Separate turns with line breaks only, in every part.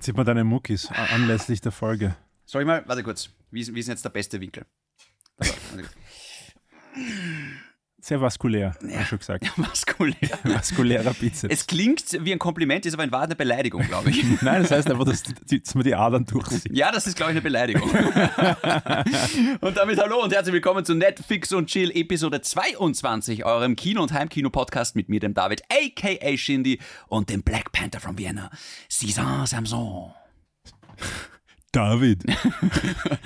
Sieht man deine Muckis a- anlässlich der Folge.
Soll ich mal, warte kurz, wie ist, wie ist denn jetzt der beste Winkel? Also, Warte, warte kurz.
Sehr vaskulär, hab ich schon gesagt.
Maskulär.
Vaskulärer Bizeps.
Es klingt wie ein Kompliment, ist aber in Wahrheit eine Beleidigung, glaube ich.
Nein, das heißt einfach, dass, die- dass man die Adern durchsieht.
Ja, das ist, glaube ich, eine Beleidigung. und damit hallo und herzlich willkommen zu Netflix und Chill Episode 22, eurem Kino- und Heimkino-Podcast mit mir, dem David, a.k.a. Shindy und dem Black Panther from Vienna, César Samson.
David,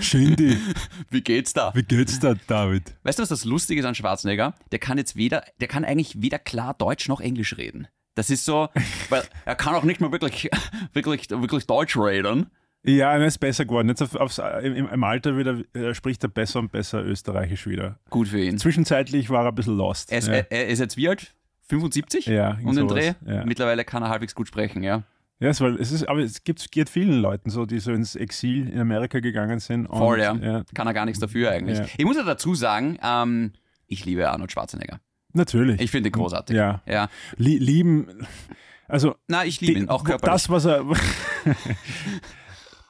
Shindy,
Wie geht's da?
wie geht's da, David?
Weißt du, was das Lustige ist an Schwarzenegger? Der kann jetzt weder, der kann eigentlich weder klar Deutsch noch Englisch reden. Das ist so, weil er kann auch nicht mehr wirklich, wirklich, wirklich Deutsch reden.
Ja, er ist besser geworden. Jetzt auf, aufs, im, im Alter wieder, äh, spricht er besser und besser Österreichisch wieder.
Gut für ihn.
Zwischenzeitlich war er äh, ein bisschen lost.
Er ist,
ja.
er, er ist jetzt wie alt? 75?
Ja,
um den
sowas,
Dreh.
ja.
Mittlerweile kann er halbwegs gut sprechen, ja.
Ja, es war, es ist, aber es gibt, geht vielen Leuten so, die so ins Exil in Amerika gegangen sind. und-
Voll, ja. Kann er gar nichts dafür eigentlich.
Ja.
Ich muss ja dazu sagen, ähm, ich liebe Arnold Schwarzenegger.
Natürlich.
Ich finde ihn großartig.
ja.
ja.
Lie- lieben, also
Na, ich liebe
die-
ihn, auch körperlich.
das, was er,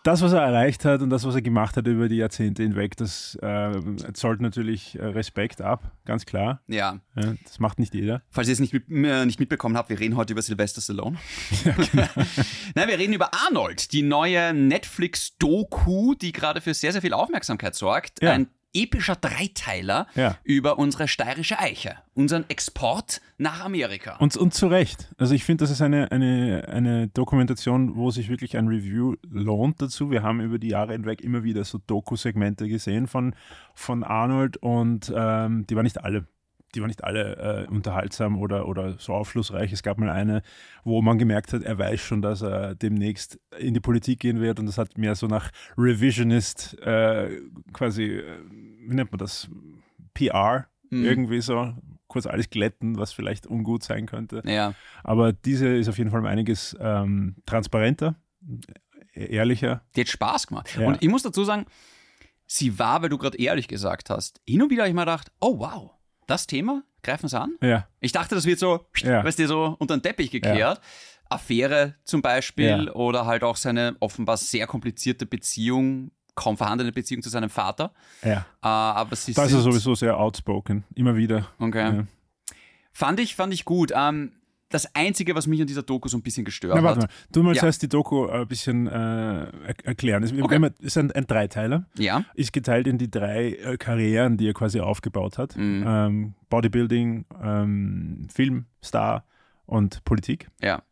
das, was er erreicht hat und das, was er gemacht hat über die Jahrzehnte hinweg, das äh, zollt natürlich äh, Respekt ab, ganz klar.
ja.
Ja, das macht nicht jeder.
Falls ihr es nicht, mit, äh, nicht mitbekommen habt, wir reden heute über Sylvester Stallone.
genau.
Nein, wir reden über Arnold, die neue Netflix-Doku, die gerade für sehr, sehr viel Aufmerksamkeit sorgt.
Ja.
Ein epischer Dreiteiler
Ja.
über unsere steirische Eiche, unseren Export nach Amerika.
Und, und zu Recht. Also ich finde, das ist eine, eine, eine Dokumentation, wo sich wirklich ein Review lohnt dazu. Wir haben über die Jahre hinweg immer wieder so Doku-Segmente gesehen von, von Arnold und ähm, die waren nicht alle. Die waren nicht alle äh, unterhaltsam oder, oder so aufschlussreich. Es gab mal eine, wo man gemerkt hat, er weiß schon, dass er demnächst in die Politik gehen wird und das hat mehr so nach Revisionist äh, quasi, äh, wie nennt man das, PR
Mhm.
irgendwie so, kurz alles glätten, was vielleicht ungut sein könnte.
ja,
Aber diese ist auf jeden Fall um einiges ähm, transparenter, e- ehrlicher.
die hat Spaß gemacht.
Ja.
Und ich muss dazu sagen, sie war, weil du gerade ehrlich gesagt hast, hin und wieder habe ich mal gedacht, oh wow, das Thema, greifen sie an.
Ja,
Ich dachte, das wird so,
Ja.
weißt du, so unter den Teppich gekehrt. Affäre zum Beispiel
Ja.
oder halt auch seine offenbar sehr komplizierte Beziehung, kaum vorhandene Beziehung zu seinem Vater.
ja.
Äh, aber sie
Da ist
sind,
er sowieso sehr outspoken, immer wieder.
Okay.
Ja.
Fand ich, fand ich gut. Ähm, das Einzige, was mich an dieser Doku so ein bisschen gestört
Na, warte
hat.
mal. Du mal
Ja.
zuerst die Doku ein bisschen äh, er erklären. Es
Okay.
es ist ein, ein Dreiteiler,
Ja,
ist geteilt in die drei äh, Karrieren, die er quasi aufgebaut hat.
Mhm.
Ähm, Bodybuilding, ähm, Film, Star und Politik.
ja.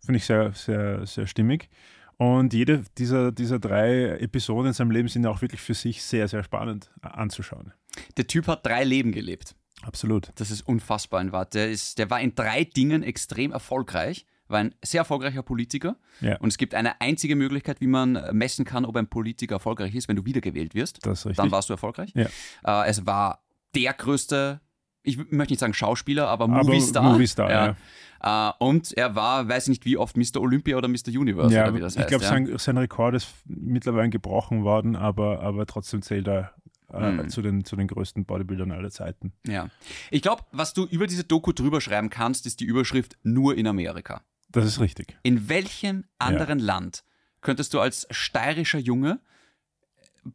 Finde ich sehr, sehr, sehr stimmig. Und jede dieser, dieser drei Episoden in seinem Leben sind auch wirklich für sich sehr, sehr spannend äh, anzuschauen.
Der Typ hat drei Leben gelebt.
Absolut.
Das ist unfassbar in Wahrheit. Der, ist, der war in drei Dingen extrem erfolgreich, war ein sehr erfolgreicher Politiker.
Ja.
Und es gibt eine einzige Möglichkeit, wie man messen kann, ob ein Politiker erfolgreich ist, wenn du wiedergewählt wirst.
Das ist richtig.
Dann warst du erfolgreich.
Ja.
Äh, es war der größte, ich w- möchte nicht sagen Schauspieler, aber
Aber
Movistar.
Movistar,
Äh, und er war, weiß nicht wie oft, Mr. Olympia oder Mr. Universe,
ja,
oder wie das
ich
heißt.
glaube,
ja.
sein, sein Rekord ist mittlerweile gebrochen worden, aber, aber trotzdem zählt er äh,
Mhm.
zu, den, zu den größten Bodybuildern aller Zeiten.
ja. Ich glaube, was du über diese Doku drüber schreiben kannst, ist die Überschrift nur in Amerika.
Das ist richtig.
In welchem anderen Land könntest du als steirischer Junge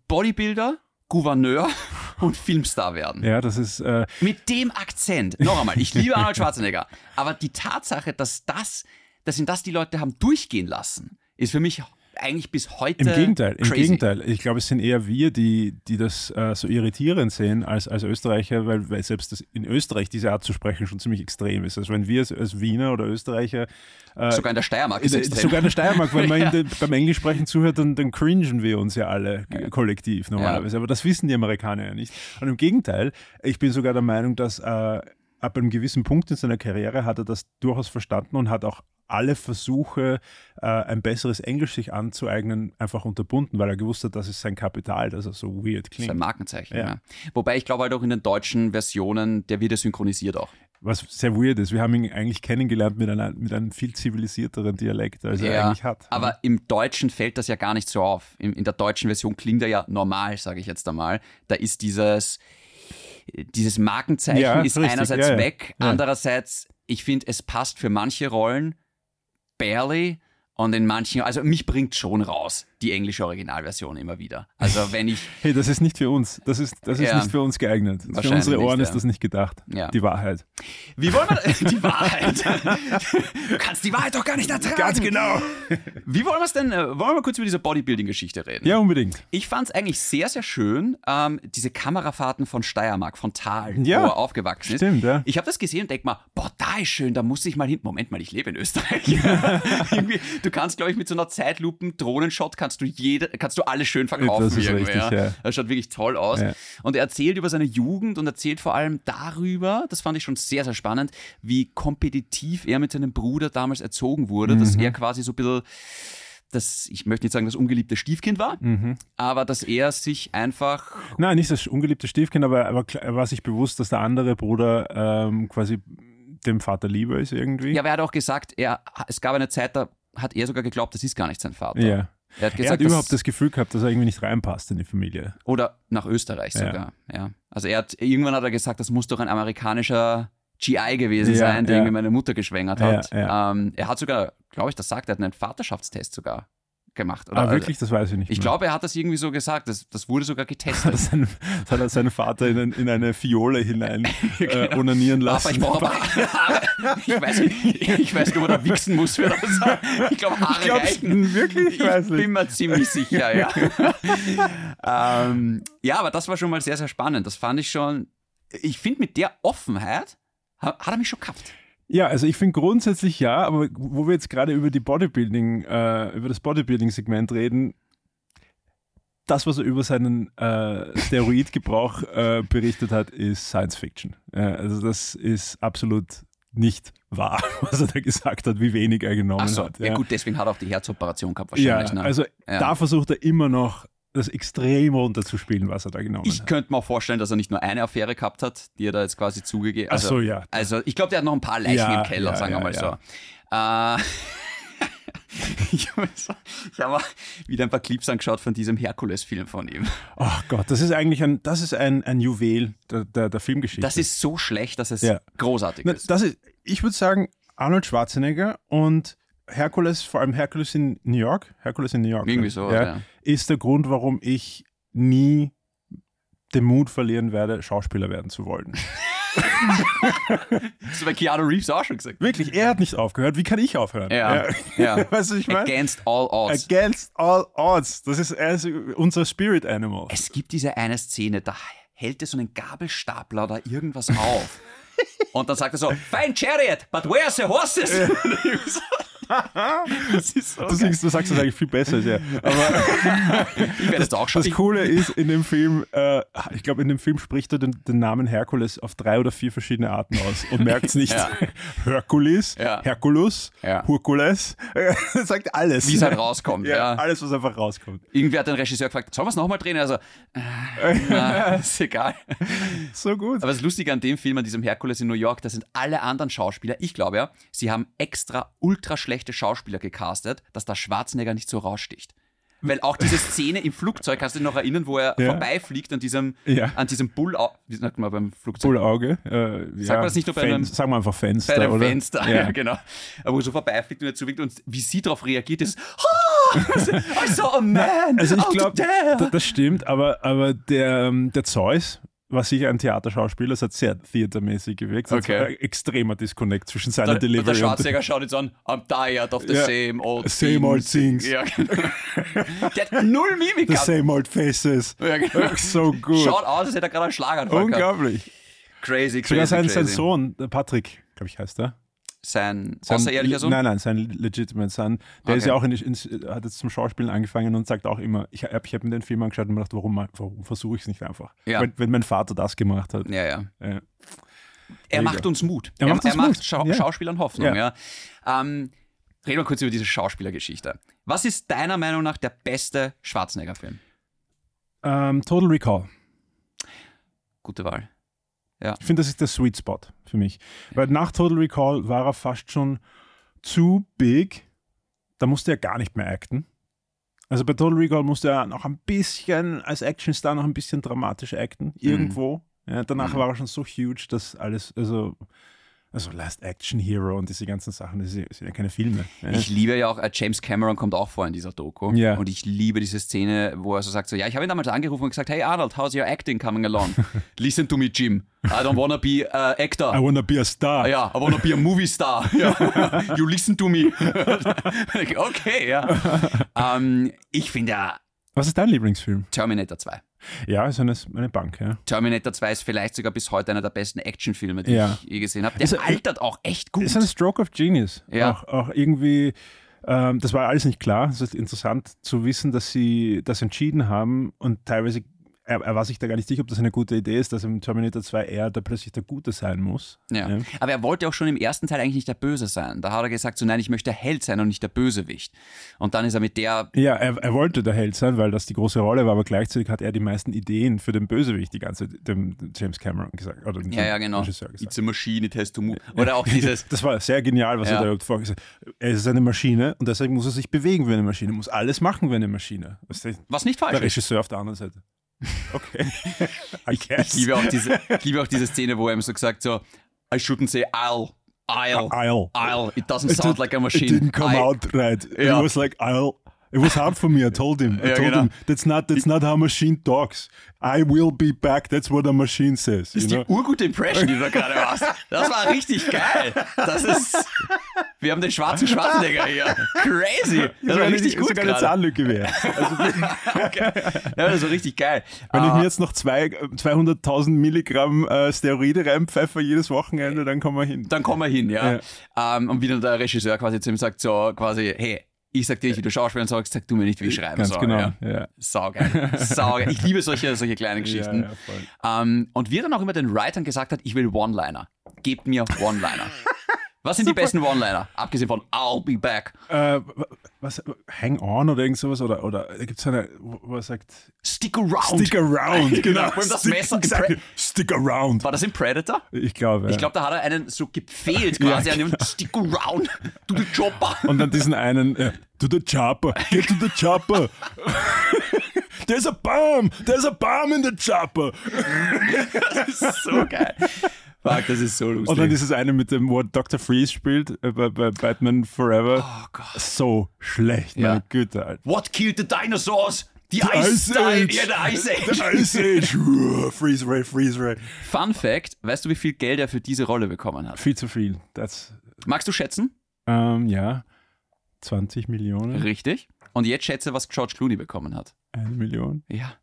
Bodybuilder, Gouverneur und Filmstar werden?
Ja, das ist, äh,
Mit dem Akzent. Noch einmal, ich liebe Arnold Schwarzenegger. Aber die Tatsache, dass das, dass ihn das die Leute haben durchgehen lassen, ist für mich eigentlich bis heute.
Im Gegenteil, im
crazy.
Gegenteil. Ich glaube, es sind eher wir, die, die das äh, so irritierend sehen als, als Österreicher, weil, weil selbst das in Österreich diese Art zu sprechen schon ziemlich extrem ist. Also wenn wir als, als Wiener oder Österreicher
Sogar in der Steiermark ist
äh,
extrem.
sogar in der Steiermark, wenn man
Ja.
in den, beim Englischsprechen zuhört, dann, dann cringen wir uns ja alle g- kollektiv normalerweise. Aber das wissen die Amerikaner ja nicht. Und im Gegenteil, ich bin sogar der Meinung, dass äh, ab einem gewissen Punkt in seiner Karriere hat er das durchaus verstanden und hat auch alle Versuche, äh, ein besseres Englisch sich anzueignen, einfach unterbunden, weil er gewusst hat, das ist sein Kapital, dass er so weird
Das ist ein
klingt.
Markenzeichen. Ja.
Ja.
Wobei ich glaube halt auch in den deutschen Versionen, der wird ja synchronisiert auch.
Was sehr weird ist. Wir haben ihn eigentlich kennengelernt mit, einer, mit einem viel zivilisierteren Dialekt, als er eigentlich hat. ne?
Aber im Deutschen fällt das ja gar nicht so auf. In, in der deutschen Version klingt er ja normal, sage ich jetzt einmal. Da ist dieses, dieses Markenzeichen
Ja,
ist
richtig,
einerseits
ja, ja.
weg,
Ja.
andererseits, ich finde, es passt für manche Rollen barely Und in manchen, also mich bringt schon raus, die englische Originalversion immer wieder. Also wenn ich,
Hey, das ist nicht für uns. Das ist, das ist
Ja.
nicht für uns geeignet. Für
Wahrscheinlich
unsere Ohren
nicht, ja.
ist das nicht gedacht.
Ja.
Die Wahrheit.
wie wollen wir, die Wahrheit, du kannst die Wahrheit doch gar nicht ertragen.
genau.
Wie wollen wir es denn, äh, wollen wir kurz über diese Bodybuilding-Geschichte reden?
Ja, unbedingt.
Ich fand es eigentlich sehr, sehr schön, ähm, diese Kamerafahrten von Steiermark, von Thal,
Ja,
wo er aufgewachsen
stimmt,
ist.
ja.
Ich habe das gesehen und denke mal, boah, da ist schön, da muss ich mal hin. Moment mal, ich lebe in Österreich. Irgendwie, du kannst, glaube ich, mit so einer Zeitlupen-Drohnenshot kannst du jede, kannst du alles schön verkaufen.
Das ist
irgendwie,
richtig, ja.
Das schaut wirklich toll aus.
Ja.
Und er erzählt über seine Jugend und erzählt vor allem darüber, das fand ich schon sehr, sehr spannend, wie kompetitiv er mit seinem Bruder damals erzogen wurde,
Mhm.
dass er quasi so ein bisschen das, ich möchte nicht sagen, das ungeliebte Stiefkind war, aber dass er sich einfach,
Mhm. Nein, nicht das ungeliebte Stiefkind, aber er war, klar- er war sich bewusst, dass der andere Bruder ähm, quasi dem Vater lieber ist irgendwie.
ja, aber er hat auch gesagt, er, es gab eine Zeit, da hat er sogar geglaubt, das ist gar nicht sein Vater.
Ja.
Er hat
Er
gesagt,
hat überhaupt
das,
das Gefühl gehabt, dass er irgendwie nicht reinpasst in die Familie.
oder nach Österreich
Ja.
sogar, ja. Also er hat, irgendwann hat er gesagt, das muss doch ein amerikanischer GI gewesen
Ja,
sein, der
ja.
irgendwie meine Mutter geschwängert hat.
Ja,
Ähm, er hat sogar, glaube ich, das sagt, er hat einen Vaterschaftstest sogar gemacht. Oder?
Ah, wirklich? Das weiß ich nicht.
Also, ich
mehr.
glaube, er hat das irgendwie so gesagt, das, das wurde sogar getestet.
Hat er seinen, hat er seinen Vater in, ein, in eine Fiole hinein äh, onanieren
Aber
lassen.
ich brauche aber Haare. Ich weiß nicht, ich weiß nicht, wo man da wichsen muss für das. Ich glaube, Haare
Glaubst
reichen.
du wirklich?
Ich bin mir ziemlich sicher, ja. ähm, ja, aber das war schon mal sehr, sehr spannend. Das fand ich schon. Ich finde, mit der Offenheit ha- hat er mich schon gehabt.
Ja, also ich finde grundsätzlich ja, aber wo wir jetzt gerade über die Bodybuilding, äh, über das Bodybuilding-Segment reden, das, was er über seinen äh, Steroidgebrauch äh, berichtet hat, ist Science Fiction. Äh, also das ist absolut nicht wahr, was er da gesagt hat, wie wenig er genommen
Ach so,
hat.
ja. gut, deswegen hat er auch die Herzoperation gehabt,
ja
wahrscheinlich. ne?
also
Ja.
da versucht er immer noch, das extrem runterzuspielen, was er da genommen
ich
hat.
könnte mir auch vorstellen, dass er nicht nur eine Affäre gehabt hat, die er da jetzt quasi zugegeben
Ach so, ja.
Also, ich glaube, der hat noch ein paar Leichen
Ja,
im Keller,
ja,
sagen wir
ja, ja.
mal so. Äh, ich habe hab mal wieder ein paar Clips angeschaut von diesem Herkules-Film von ihm.
Ach Gott, das ist eigentlich ein, das ist ein, ein Juwel der, der, der Filmgeschichte.
Das ist so schlecht, dass es
Ja.
großartig
Na,
ist.
Ne, das ist, ich würde sagen, Arnold Schwarzenegger und Herkules, vor allem Herkules in New York, Herkules in New York,
Irgendwie
ne?
so, ja.
ist der Grund, warum ich nie den Mut verlieren werde, Schauspieler werden zu wollen.
Das hat bei Keanu Reeves auch schon gesagt.
Wirklich, er hat nicht aufgehört. Wie kann ich aufhören?
Ja,
Weißt
ja.
du, was ich meine?
Against all odds.
Against all odds. Das ist, er ist unser Spirit Animal.
es gibt diese eine Szene, da hält er so einen Gabelstapler oder irgendwas auf. Und dann sagt er so, fine chariot, but where's the horses? das ist so
Du,
geil.
singst, du sagst es eigentlich viel besser, ja.
Ich werde es da auch schauen.
Das Coole ist, in dem Film, äh, ich glaube, in dem Film spricht er den, den Namen Herkules auf drei oder vier verschiedene Arten aus und merkt es nicht.
Ja.
Herkules,
Ja.
Herkulus,
Ja.
Herkules, äh, er sagt alles.
wie es halt rauskommt.
ja,
Ja,
Alles, was einfach rauskommt.
Irgendwer hat den Regisseur gefragt, sollen wir es nochmal drehen? Also, äh, na, ist egal.
So gut.
Aber das Lustige an dem Film, an diesem Herkules in New York, da sind alle anderen Schauspieler, ich glaube ja, sie haben extra ultra schlechte Schauspieler gecastet, dass da Schwarzenegger nicht so raussticht. Weil auch diese Szene im Flugzeug, kannst du dich noch erinnern, wo er
Ja.
vorbeifliegt an diesem,
Ja.
an diesem Bull, wie sagt man beim Flugzeug?
Bullauge. Äh,
Sagt
ja,
man das nicht nur bei
Fen-
einem-
Sagen wir einfach Fenster,
bei dem
oder?
Fenster, ja.
Ja.
genau. Aber wo er so vorbeifliegt und er zuwinkt und wie sie darauf reagiert, ist, oh, I saw a man,
Also ich
out
glaube,
there."
das stimmt, aber, aber der, ähm, der Zeus war sicher ein Theaterschauspieler, das hat sehr theatermäßig gewirkt. Das
Okay.
war ein extremer Disconnect zwischen seiner
Der,
Delivery
der
und
Schwarzenegger schaut jetzt an, I'm tired of the
Ja.
same old
Same old things.
Ja, genau. Der hat null Mimik
The
gehabt.
same old faces.
Ja, genau.
So gut.
Schaut aus, als hätte er gerade einen Schlaganfall gehabt.
Unglaublich.
Crazy, crazy,
Sogar sein,
crazy.
sein Sohn, der Patrick, glaube ich, heißt er.
Sein
Sein-
außerehelicher Sohn?
Nein, nein, sein legitimate Sohn. Der ist
Okay.
ja auch in, in, hat jetzt zum Schauspielen angefangen und sagt auch immer, ich, hab- ich habe mir den Film angeschaut und mir gedacht, warum, warum versuche ich es nicht einfach?
Ja.
Wenn, wenn mein Vater das gemacht hat.
Ja, ja.
Ja.
Er
Mega.
macht uns Mut.
Er macht uns Mut.
Schau
Ja.
Schauspielern Hoffnung, ja.
Ja.
Ähm, reden wir kurz über diese Schauspielergeschichte. Was ist deiner Meinung nach der beste Schwarzenegger-Film?
Ähm, Total Recall.
Gute Wahl.
Ich finde, das ist der Sweet Spot für mich. Weil nach Total Recall war er fast schon zu big. Da musste er gar nicht mehr acten. Also bei Total Recall musste er noch ein bisschen als Actionstar noch ein bisschen
Mhm.
dramatisch acten. Irgendwo. Ja, danach war er schon so huge, dass alles, also Also Last Action Hero und diese ganzen Sachen, das sind ja keine Filme. Ja.
Ich liebe ja auch, äh, James Cameron kommt auch vor in dieser Doku.
Ja.
Und ich liebe diese Szene, wo er so sagt, so, ja, ich habe ihn damals angerufen und gesagt, hey Arnold, how's your acting coming along? Listen to me, Jim. I don't wanna be a actor.
I wanna be a star.
Ah, ja, I wanna be a movie star. Ja. You listen to me. okay, ja. Ähm, ich finde ja
Was ist dein Lieblingsfilm?
Terminator 2.
Ja, ist eine, eine Bank, ja.
Terminator 2 ist vielleicht sogar bis heute einer der besten Actionfilme, die
Ja. Also, äh,
ich je gesehen habe. Der altert auch echt gut.
Ist ein Stroke of Genius.
Ja.
Auch, auch irgendwie, ähm, das war alles nicht klar. Es ist interessant zu wissen, dass sie das entschieden haben und teilweise, er, er war sich da gar nicht sicher, ob das eine gute Idee ist, dass im Terminator 2 er da plötzlich der Gute sein muss.
Ja.
Ja.
Aber er wollte auch schon im ersten Teil eigentlich nicht der Böse sein. Da hat er gesagt, so nein, ich möchte der Held sein und nicht der Bösewicht. Und dann ist er mit der,
Ja, er, er wollte der Held sein, weil das die große Rolle war, aber gleichzeitig hat er die meisten Ideen für den Bösewicht die ganze dem James Cameron gesagt. Oder dem
ja, ja, genau,
Regisseur gesagt.
it's a machine, it has to move. Oder auch dieses,
Das war sehr genial, was
Ja.
er da überhaupt vorgesagt hat. Er ist eine Maschine und deswegen muss er sich bewegen wie eine Maschine, muss alles machen wie eine Maschine. Das ist
was nicht
Der
falsch ist.
Regisseur auf der anderen Seite. Okay. I guess.
Ich liebe auch diese, ich liebe auch diese Szene, wo er ihm so gesagt so, I shouldn't say I'll, I'll,
I'll.
I'll. It doesn't
Ah, It
sound
did-
like a machine.
It didn't come
I-
out right.
Ja.
It was like I'll. It was hard for me. I told him. I
Ja,
told
genau.
him that's not that's not how machine talks. I will be back. That's what a machine says. You
Das
know?
ist die urgute Impression, die du da gerade machst. Das war richtig geil. Das ist. Wir haben den schwarzen Schwarzenegger hier. Crazy. Das war richtig gut.
Sogar eine
gerade.
Zahnlücke wäre. Also,
Okay. Ja, das war richtig geil.
wenn ich
Ah.
mir jetzt noch zwei- 200.000 Milligramm äh, Steroide reinpfeife jedes Wochenende, dann kommen wir hin.
dann kommen wir hin, ja. Ähm, und wie dann der Regisseur quasi zu ihm sagt, so quasi, hey, ich sag dir nicht, wie du Schauspieler sagst, sag du mir nicht, wie ich schreiben
Ganz
soll.
genau.
Ja.
Ja.
Saugeil. Saugeil. Ich liebe solche, solche kleinen Geschichten.
ja, voll.
ähm, und wie er dann auch immer den Writern gesagt hat, ich will One-Liner. Gebt mir One-Liner. Was sind die besten One-Liner? Abgesehen von I'll be back.
Äh, was, Hang on oder irgend sowas? Oder, oder gibt es eine, wo wo er sagt,
Stick around.
Stick around,
Genau,
genau.
wo ihm das
stick,
Messer im
exactly. stick around.
War das im Predator?
Ich glaube.
Ich glaube, da hat er einen so gefehlt quasi
Ja,
an dem Stick around. Du, du Chopper.
Und dann diesen einen, äh, to the chopper, get to the chopper. There's a bomb, there's a bomb in the chopper.
Das ist so geil. Fuck, das ist so lustig.
Und dann dieses eine mit dem, wo Dr. Freeze spielt, äh, bei, bei Batman Forever. Oh Gott. So schlecht,
Ja.
meine Güte, Alter.
What killed the dinosaurs? Die
Ice
Ice Age.
Age.
Ja, der Ice Age.
The Ice Age. Uah, freeze Ray, Freeze Ray.
Fun Fact: Weißt du, wie viel Geld er für diese Rolle bekommen hat?
Viel zu viel. Das,
Magst du schätzen?
ähm, ja, 20 Millionen,
Richtig. Und jetzt schätze, was George Clooney bekommen hat.
eine Million.
Ja.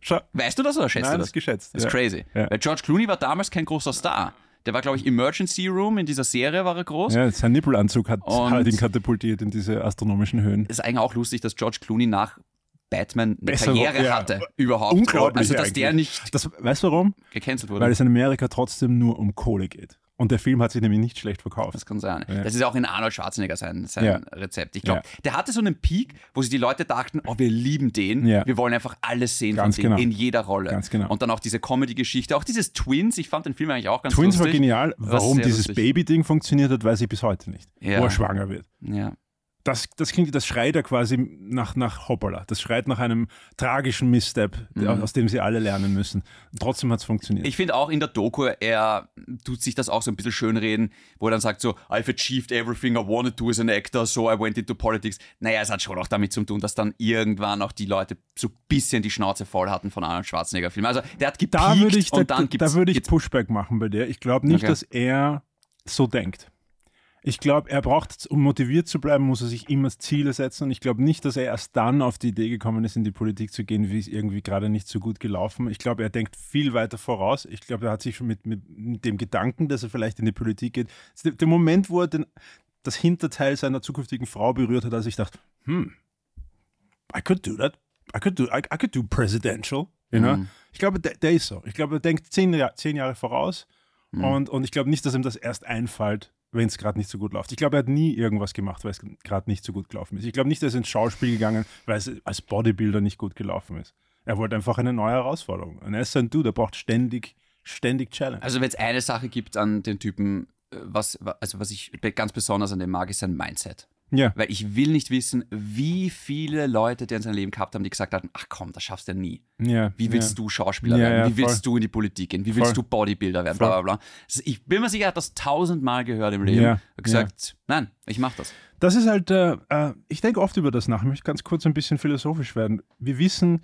Schau,
Weißt du das oder schätzt
nein,
du
das
das?
ist geschätzt.
Das ist
ja.
crazy.
Ja.
Weil George Clooney war damals kein großer Star. Der war, glaube ich, Emergency Room in dieser Serie war er groß.
Ja, sein Nippelanzug hat,
Und-
hat ihn katapultiert in diese astronomischen Höhen.
ist eigentlich auch lustig, dass George Clooney nach Batman eine
Besser
Karriere
war- ja.
hatte. Überhaupt.
Unglaublich
Also, dass der
eigentlich.
nicht
Das, weißt du warum?
gecancelt wurde.
Weil es in Amerika trotzdem nur um Kohle geht. Und der Film hat sich nämlich nicht schlecht verkauft.
Das kann sein. Das ist auch in Arnold Schwarzenegger sein, sein
Ja.
Rezept. Ich glaube, der hatte so einen Peak, wo sich die Leute dachten, oh, wir lieben den.
Ja.
Wir wollen einfach alles sehen
Ganz
von dem
genau.
in jeder Rolle.
Ganz genau.
Und dann auch diese Comedy-Geschichte, auch dieses Twins. Ich fand den Film eigentlich auch ganz
Twins war
lustig.
genial.
Das ist
Warum
sehr
dieses
lustig.
Baby-Ding funktioniert hat, weiß ich bis heute nicht.
Ja.
Wo er schwanger wird.
Ja.
Das, das klingt, das schreit ja quasi nach, nach Hoppala. Das schreit nach einem tragischen Misstep, der-
Mhm.
aus dem sie alle lernen müssen. Trotzdem hat es funktioniert.
Ich finde auch in der Doku, er tut sich das auch so ein bisschen schönreden, wo er dann sagt so, I've achieved everything I wanted to as an actor, so I went into politics. Naja, es hat schon auch damit zu tun, dass dann irgendwann auch die Leute so ein bisschen die Schnauze voll hatten von Arnold Schwarzenegger Filmen. Also der hat gepiekt
da würde ich,
und
da,
dann
da
gibt's,
würde ich
gibt's
Pushback machen bei der. Ich glaube nicht,
Okay.
dass er so denkt. Ich glaube, er braucht, um motiviert zu bleiben, muss er sich immer Ziele setzen. Und ich glaube nicht, dass er erst dann auf die Idee gekommen ist, in die Politik zu gehen, wie es irgendwie gerade nicht so gut gelaufen. Ich glaube, er denkt viel weiter voraus. Ich glaube, er hat sich schon mit, mit dem Gedanken, dass er vielleicht in die Politik geht. Der- Der Moment, wo er den, das Hinterteil seiner zukünftigen Frau berührt hat, als ich dachte, hm, I could do that. I could do, I, I could do presidential. You know?
Hmm.
Ich glaube, der, der ist so. Ich glaube, er denkt zehn, Jahr- zehn Jahre voraus
Hmm.
und, und ich glaube nicht, dass ihm das erst einfällt, wenn es gerade nicht so gut läuft. Ich glaube, er hat nie irgendwas gemacht, weil es gerade nicht so gut gelaufen ist. Ich glaube nicht, dass er ins Schauspiel gegangen, weil es als Bodybuilder nicht gut gelaufen ist. Er wollte einfach eine neue Herausforderung. Und er ist ein Dude, er braucht ständig, ständig Challenge.
also wenn es eine Sache gibt an den Typen, äh, was, was- also was ich be- ganz besonders an dem mag, ist sein Mindset.
Ja.
Weil ich will nicht wissen, wie viele Leute, die in seinem Leben gehabt haben, die gesagt haben, ach komm, das schaffst du ja nie.
ja.
Wie willst
ja.
du Schauspieler
Ja,
werden?
ja,
wie willst
voll.
du in die Politik gehen? Wie willst
Voll.
du Bodybuilder werden?
Voll.
Bla, bla, bla. Also Ich bin mir sicher, er hat das tausendmal gehört im Leben.
Ja,
Und gesagt, nein, ich mach das.
Das ist halt, äh, äh, ich denke oft über das nach. Ich möchte ganz kurz ein bisschen philosophisch werden. Wir wissen,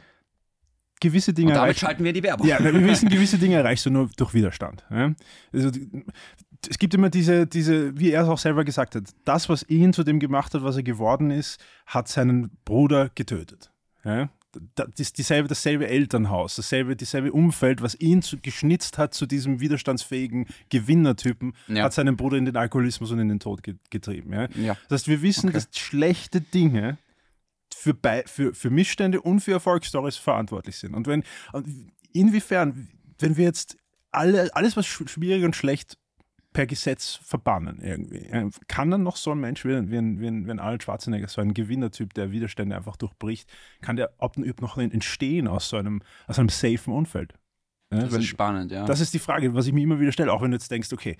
gewisse Dinge
Und damit
erreicht-
schalten wir die Werbung.
Ja, weil wir wissen, gewisse Dinge erreichst du nur durch Widerstand. Ja? Also, d- es gibt immer diese, diese, wie er es auch selber gesagt hat, das, was ihn zu dem gemacht hat, was er geworden ist, hat seinen Bruder getötet. Ja? Das ist dieselbe, dasselbe Elternhaus, dasselbe, dieselbe Umfeld, was ihn zu, geschnitzt hat zu diesem widerstandsfähigen Gewinnertypen,
Ja.
hat seinen Bruder in den Alkoholismus und in den Tod ge getrieben. Ja?
Ja.
Das heißt, wir wissen,
Okay.
dass schlechte Dinge für, bei, für, für Missstände und für Erfolgsstories verantwortlich sind. Und wenn, und inwiefern, wenn wir jetzt alle, alles, was sch- schwierig und schlecht per Gesetz verbannen irgendwie, äh, kann dann noch so ein Mensch, wie, wie, ein- wie, ein- wie ein Arnold Schwarzenegger, so ein Gewinnertyp, der Widerstände einfach durchbricht, kann der ob, ob noch entstehen aus so einem, aus einem safen Umfeld? Ja,
Das
wenn-
ist spannend, ja.
ne, das ist die Frage, was ich mir immer wieder stelle, auch wenn du jetzt denkst, okay,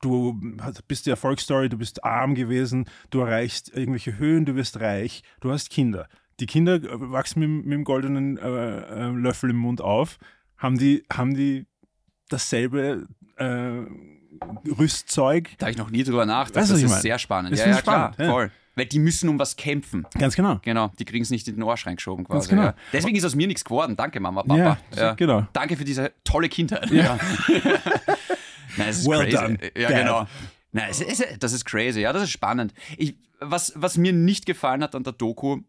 du hast- bist die Erfolgsstory, du bist arm gewesen, du erreichst irgendwelche Höhen, du wirst reich, du hast Kinder. Die Kinder äh, wachsen mit, dem- mit dem goldenen äh, äh, Löffel im Mund auf, haben die, haben die dasselbe äh, Rüstzeug.
da habe ich noch nie drüber nachgedacht.
Weißt du,
das
was ich
ist
meine?
sehr spannend.
Das
ja,
finde
ja,
ich
klar,
spannend, ja.
voll. Weil die müssen um was kämpfen.
Ganz genau.
Genau, die kriegen es nicht in den Ohrschrank geschoben quasi.
Ganz genau.
ja. Deswegen ist aus mir nichts geworden. Danke, Mama, Papa.
Ja,
Ja.
genau.
Danke für diese tolle Kindheit. Ja. Nein, das ist
Well
crazy.
done,
ja,
Dad.
genau. Nein, es ist, das ist crazy. Ja, das ist spannend. Ich, was, was mir nicht gefallen hat an der Doku,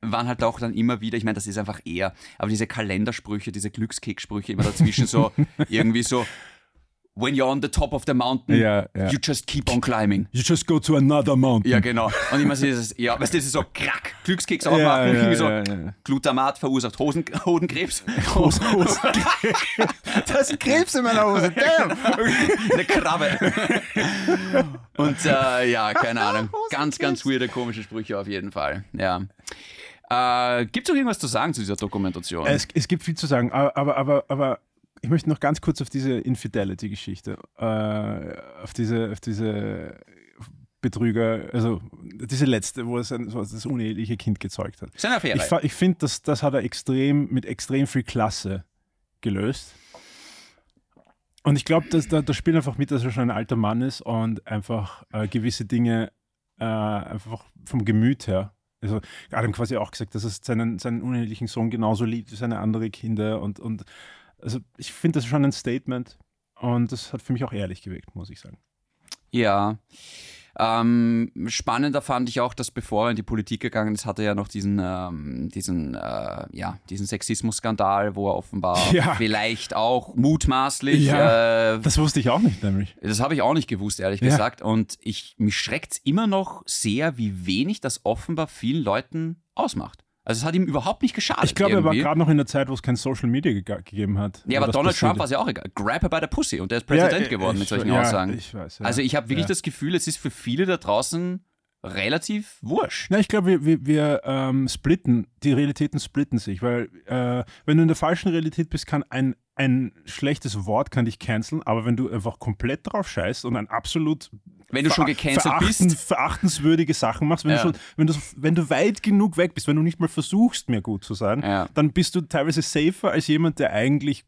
waren halt auch dann immer wieder, ich meine, das ist einfach eher, aber diese Kalendersprüche, diese Glückskeksprüche immer dazwischen so, irgendwie so, when you're on the top of the mountain,
Ja, ja.
you just keep on climbing.
You just go to another mountain.
Ja, genau. Und immer so dieses, ja, weißt du, das ist so krack, Glückskeks
Ja,
aufmachen,
ja,
irgendwie so
ja, ja.
Glutamat verursacht Hosen, Hodenkrebs.
Hose, Hose. da ist ein Krebs in meiner Hose. Damn.
Eine Krabbe. Und äh, ja, keine Ahnung. Ganz, ganz weirde, komische Sprüche auf jeden Fall. Ja. Äh, Gibt es noch irgendwas zu sagen zu dieser Dokumentation?
Es, es gibt viel zu sagen, aber, aber, aber, aber ich möchte noch ganz kurz auf diese Infidelity-Geschichte, äh, auf diese, auf diese Betrüger, also diese letzte, wo er sein, so das uneheliche Kind gezeugt hat.
ist eine Affäre.
Ich, fa- ich finde, das, das hat er extrem mit extrem viel Klasse gelöst. Und ich glaube, dass da, da spielt einfach mit, dass er schon ein alter Mann ist und einfach äh, gewisse Dinge äh, einfach vom Gemüt her. Also Adam quasi auch gesagt, dass er seinen, seinen unehelichen Sohn genauso liebt wie seine anderen Kinder. Und, und also ich finde das schon ein Statement. Und das hat für mich auch ehrlich gewirkt, muss ich sagen.
Ja. Ähm, spannender fand ich auch, dass bevor er in die Politik gegangen ist, hatte er ja noch diesen, ähm, diesen, äh, ja, diesen Sexismus-Skandal, wo er offenbar
Ja.
vielleicht auch mutmaßlich äh,
Das wusste ich auch nicht, nämlich.
das habe ich auch nicht gewusst, ehrlich
Ja.
gesagt. Und ich, mich schreckt es immer noch sehr, wie wenig das offenbar vielen Leuten ausmacht. Also es hat ihm überhaupt nicht geschadet.
Ich glaube, er war
irgendwie.
gerade noch in der Zeit, wo es kein Social Media gega- gegeben hat. wo
Ja, aber
das
Donald
passiert
Trump war es ja auch egal. Grab her by the pussy und der ist Präsident
Ja, äh,
geworden
ich-
mit solchen
ja,
Aussagen.
Ich weiß, ja.
also ich habe wirklich
ja.
das Gefühl, es ist für viele da draußen relativ wurscht.
Na, ich glaube, wir, wir, wir ähm, splitten, die Realitäten splitten sich, weil äh, wenn du in der falschen Realität bist, kann ein, ein schlechtes Wort kann dich canceln, aber wenn du einfach komplett drauf scheißt und ein absolut
Wenn du schon
vera-
gecancelt
verachten,
bist.
verachtenswürdige Sachen machst, wenn,
Ja.
du schon, wenn, du, wenn du weit genug weg bist, wenn du nicht mal versuchst, mehr gut zu sein,
Ja.
dann bist du teilweise safer als jemand, der eigentlich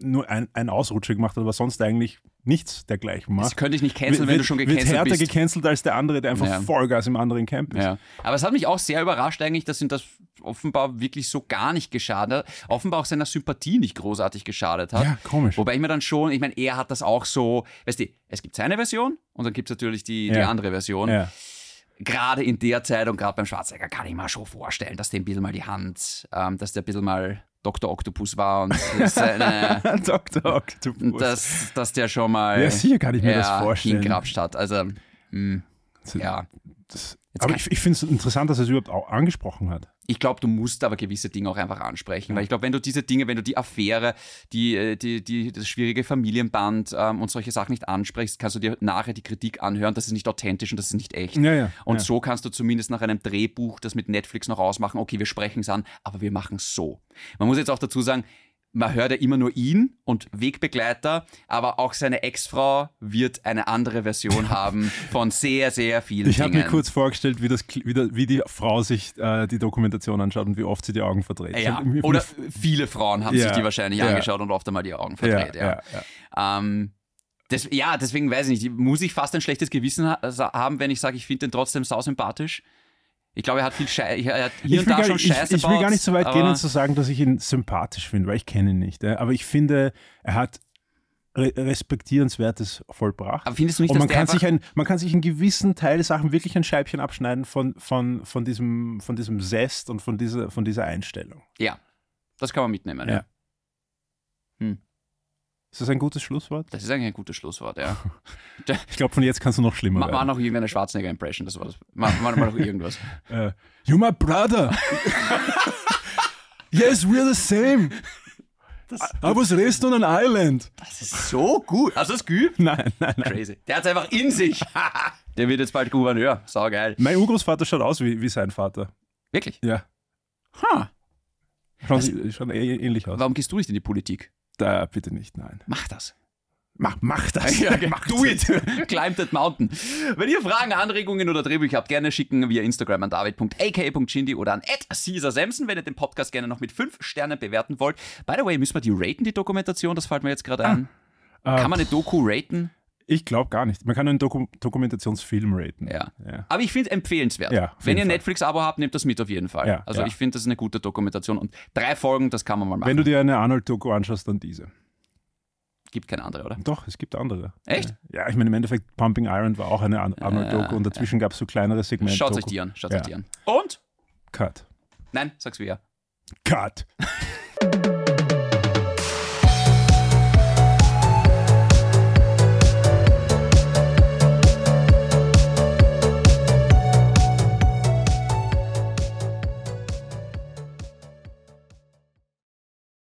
nur ein, einen Ausrutscher gemacht hat, aber sonst eigentlich nichts dergleichen macht.
Das könnte ich nicht canceln,
Wird-
wenn du schon
wird
gecancelt
härter
bist.
gecancelt als der andere, der einfach
Ja.
Vollgas im anderen Camp ist.
Ja. Aber es hat mich auch sehr überrascht eigentlich, dass ihm das offenbar wirklich so gar nicht geschadet hat. Offenbar auch seiner Sympathie nicht großartig geschadet hat.
Ja, komisch.
Wobei ich mir dann schon, ich meine, er hat das auch so, weißt du, es gibt seine Version und dann gibt es natürlich die, die
Ja.
andere Version.
Ja.
Gerade in der Zeit und gerade beim Schwarzenegger kann ich mir schon vorstellen, dass dem ein bisschen mal die Hand, ähm, dass der ein bisschen mal Dr. Octopus war und seine,
Dr. Octopus.
dass, dass der schon mal
ja, sicher kann ich mir das
ja,
vorstellen.
hingrapscht hat. Also, mh, ja.
Das,
Jetzt
aber
kann-
ich, ich finde es interessant, dass er es überhaupt auch angesprochen hat.
ich glaube, du musst aber gewisse Dinge auch einfach ansprechen, weil ich glaube, wenn du diese Dinge, wenn du die Affäre, die, äh, die, die, das schwierige Familienband ähm, und solche Sachen nicht ansprichst, kannst du dir nachher die Kritik anhören, das ist nicht authentisch und das ist nicht echt.
Ja, ja,
und
ja.
so kannst du zumindest nach einem Drehbuch das mit Netflix noch ausmachen, okay, wir sprechen es an, aber wir machen es so. Man muss jetzt auch dazu sagen, man hört ja immer nur ihn und Wegbegleiter, aber auch seine Ex-Frau wird eine andere Version haben von sehr, sehr vielen
Ich habe
Dingen.
mir kurz vorgestellt, wie, das, wie, da- wie die Frau sich äh, die Dokumentation anschaut und wie oft sie die Augen verdreht. Ich
ja,
hab mir-
oder viele Frauen haben
Ja,
sich die wahrscheinlich
ja.
angeschaut und oft einmal die Augen
ja,
verdreht. Ja,
ja, ja.
Ähm, das, ja, deswegen weiß ich nicht. Muss ich fast ein schlechtes Gewissen ha sa- haben, wenn ich sage, ich finde den trotzdem sausympathisch? Ich glaube, er hat viel Scheiße. Er hat
Ich,
hier und
will
da
gar,
schon
nicht- ich,
Scheiße
ich will gar nicht so weit gehen
aber-
und zu sagen, dass ich ihn sympathisch finde, weil ich kenne ihn nicht. Äh, aber ich finde, er hat re respektierenswertes vollbracht.
Aber findest du nicht,
und
dass
man
der
kann,
einfach-
sich halt- ein, man kann sich in gewissen Teil Sachen wirklich ein Scheibchen abschneiden von, von, von, diesem, von diesem Zest und von dieser, von dieser Einstellung.
Ja, das kann man mitnehmen.
Ja.
Ja.
Ist das ein gutes Schlusswort?
Das ist eigentlich ein gutes Schlusswort, ja.
Ich glaube, von jetzt kannst du noch schlimmer
Mach, mach
werden.
noch irgendeine Schwarzenegger-Impression, das war das. Mach, mach noch irgendwas.
Äh, You're my brother! yes, we're the same! I was raised on an island!
Das ist so gut. Hast du das geübt?
Nein, nein, nein.
Crazy. Der hat es einfach in sich. Der wird jetzt bald Gouverneur. Saugeil.
Mein Urgroßvater schaut aus wie, wie sein Vater.
Wirklich?
Ja.
Ha.
Schauen Sie schauen eh ähnlich aus.
Warum gehst du nicht in die Politik?
Da, bitte nicht, nein.
Mach das.
Mach, mach das. Ähm,
Ja,
mach
do it. Climb that mountain. Wenn ihr Fragen, Anregungen oder Drehbücher habt, gerne schicken via Instagram an david.ak.chindi oder an @caesarsamson, wenn ihr den Podcast gerne noch mit 5 Sternen bewerten wollt. By the way, müssen wir die raten, die Dokumentation? Das fällt mir jetzt
Ah,
gerade ein. Kann man eine Doku raten?
Ich glaube gar nicht. Man kann einen Doku Dokumentationsfilm raten.
Ja.
ja.
Aber ich finde empfehlenswert.
Ja, auf
wenn
jeden
ihr ein
Fall.
Netflix-Abo habt, nehmt das mit auf jeden Fall.
Ja,
also
ja.
ich finde, das ist eine gute Dokumentation. Und drei Folgen, das kann man mal machen.
Wenn du dir eine Arnold-Doku anschaust, dann diese.
Gibt keine andere, oder?
Doch, es gibt andere. Äh,
Echt? Äh,
Ja, ich meine, im Endeffekt, Pumping Iron war auch eine An- Arnold-Doku und dazwischen gab es so kleinere Segmente.
Schaut euch die an. Schaut
Ja.
euch die an. Und?
Cut.
Nein, sag's wieder.
Cut.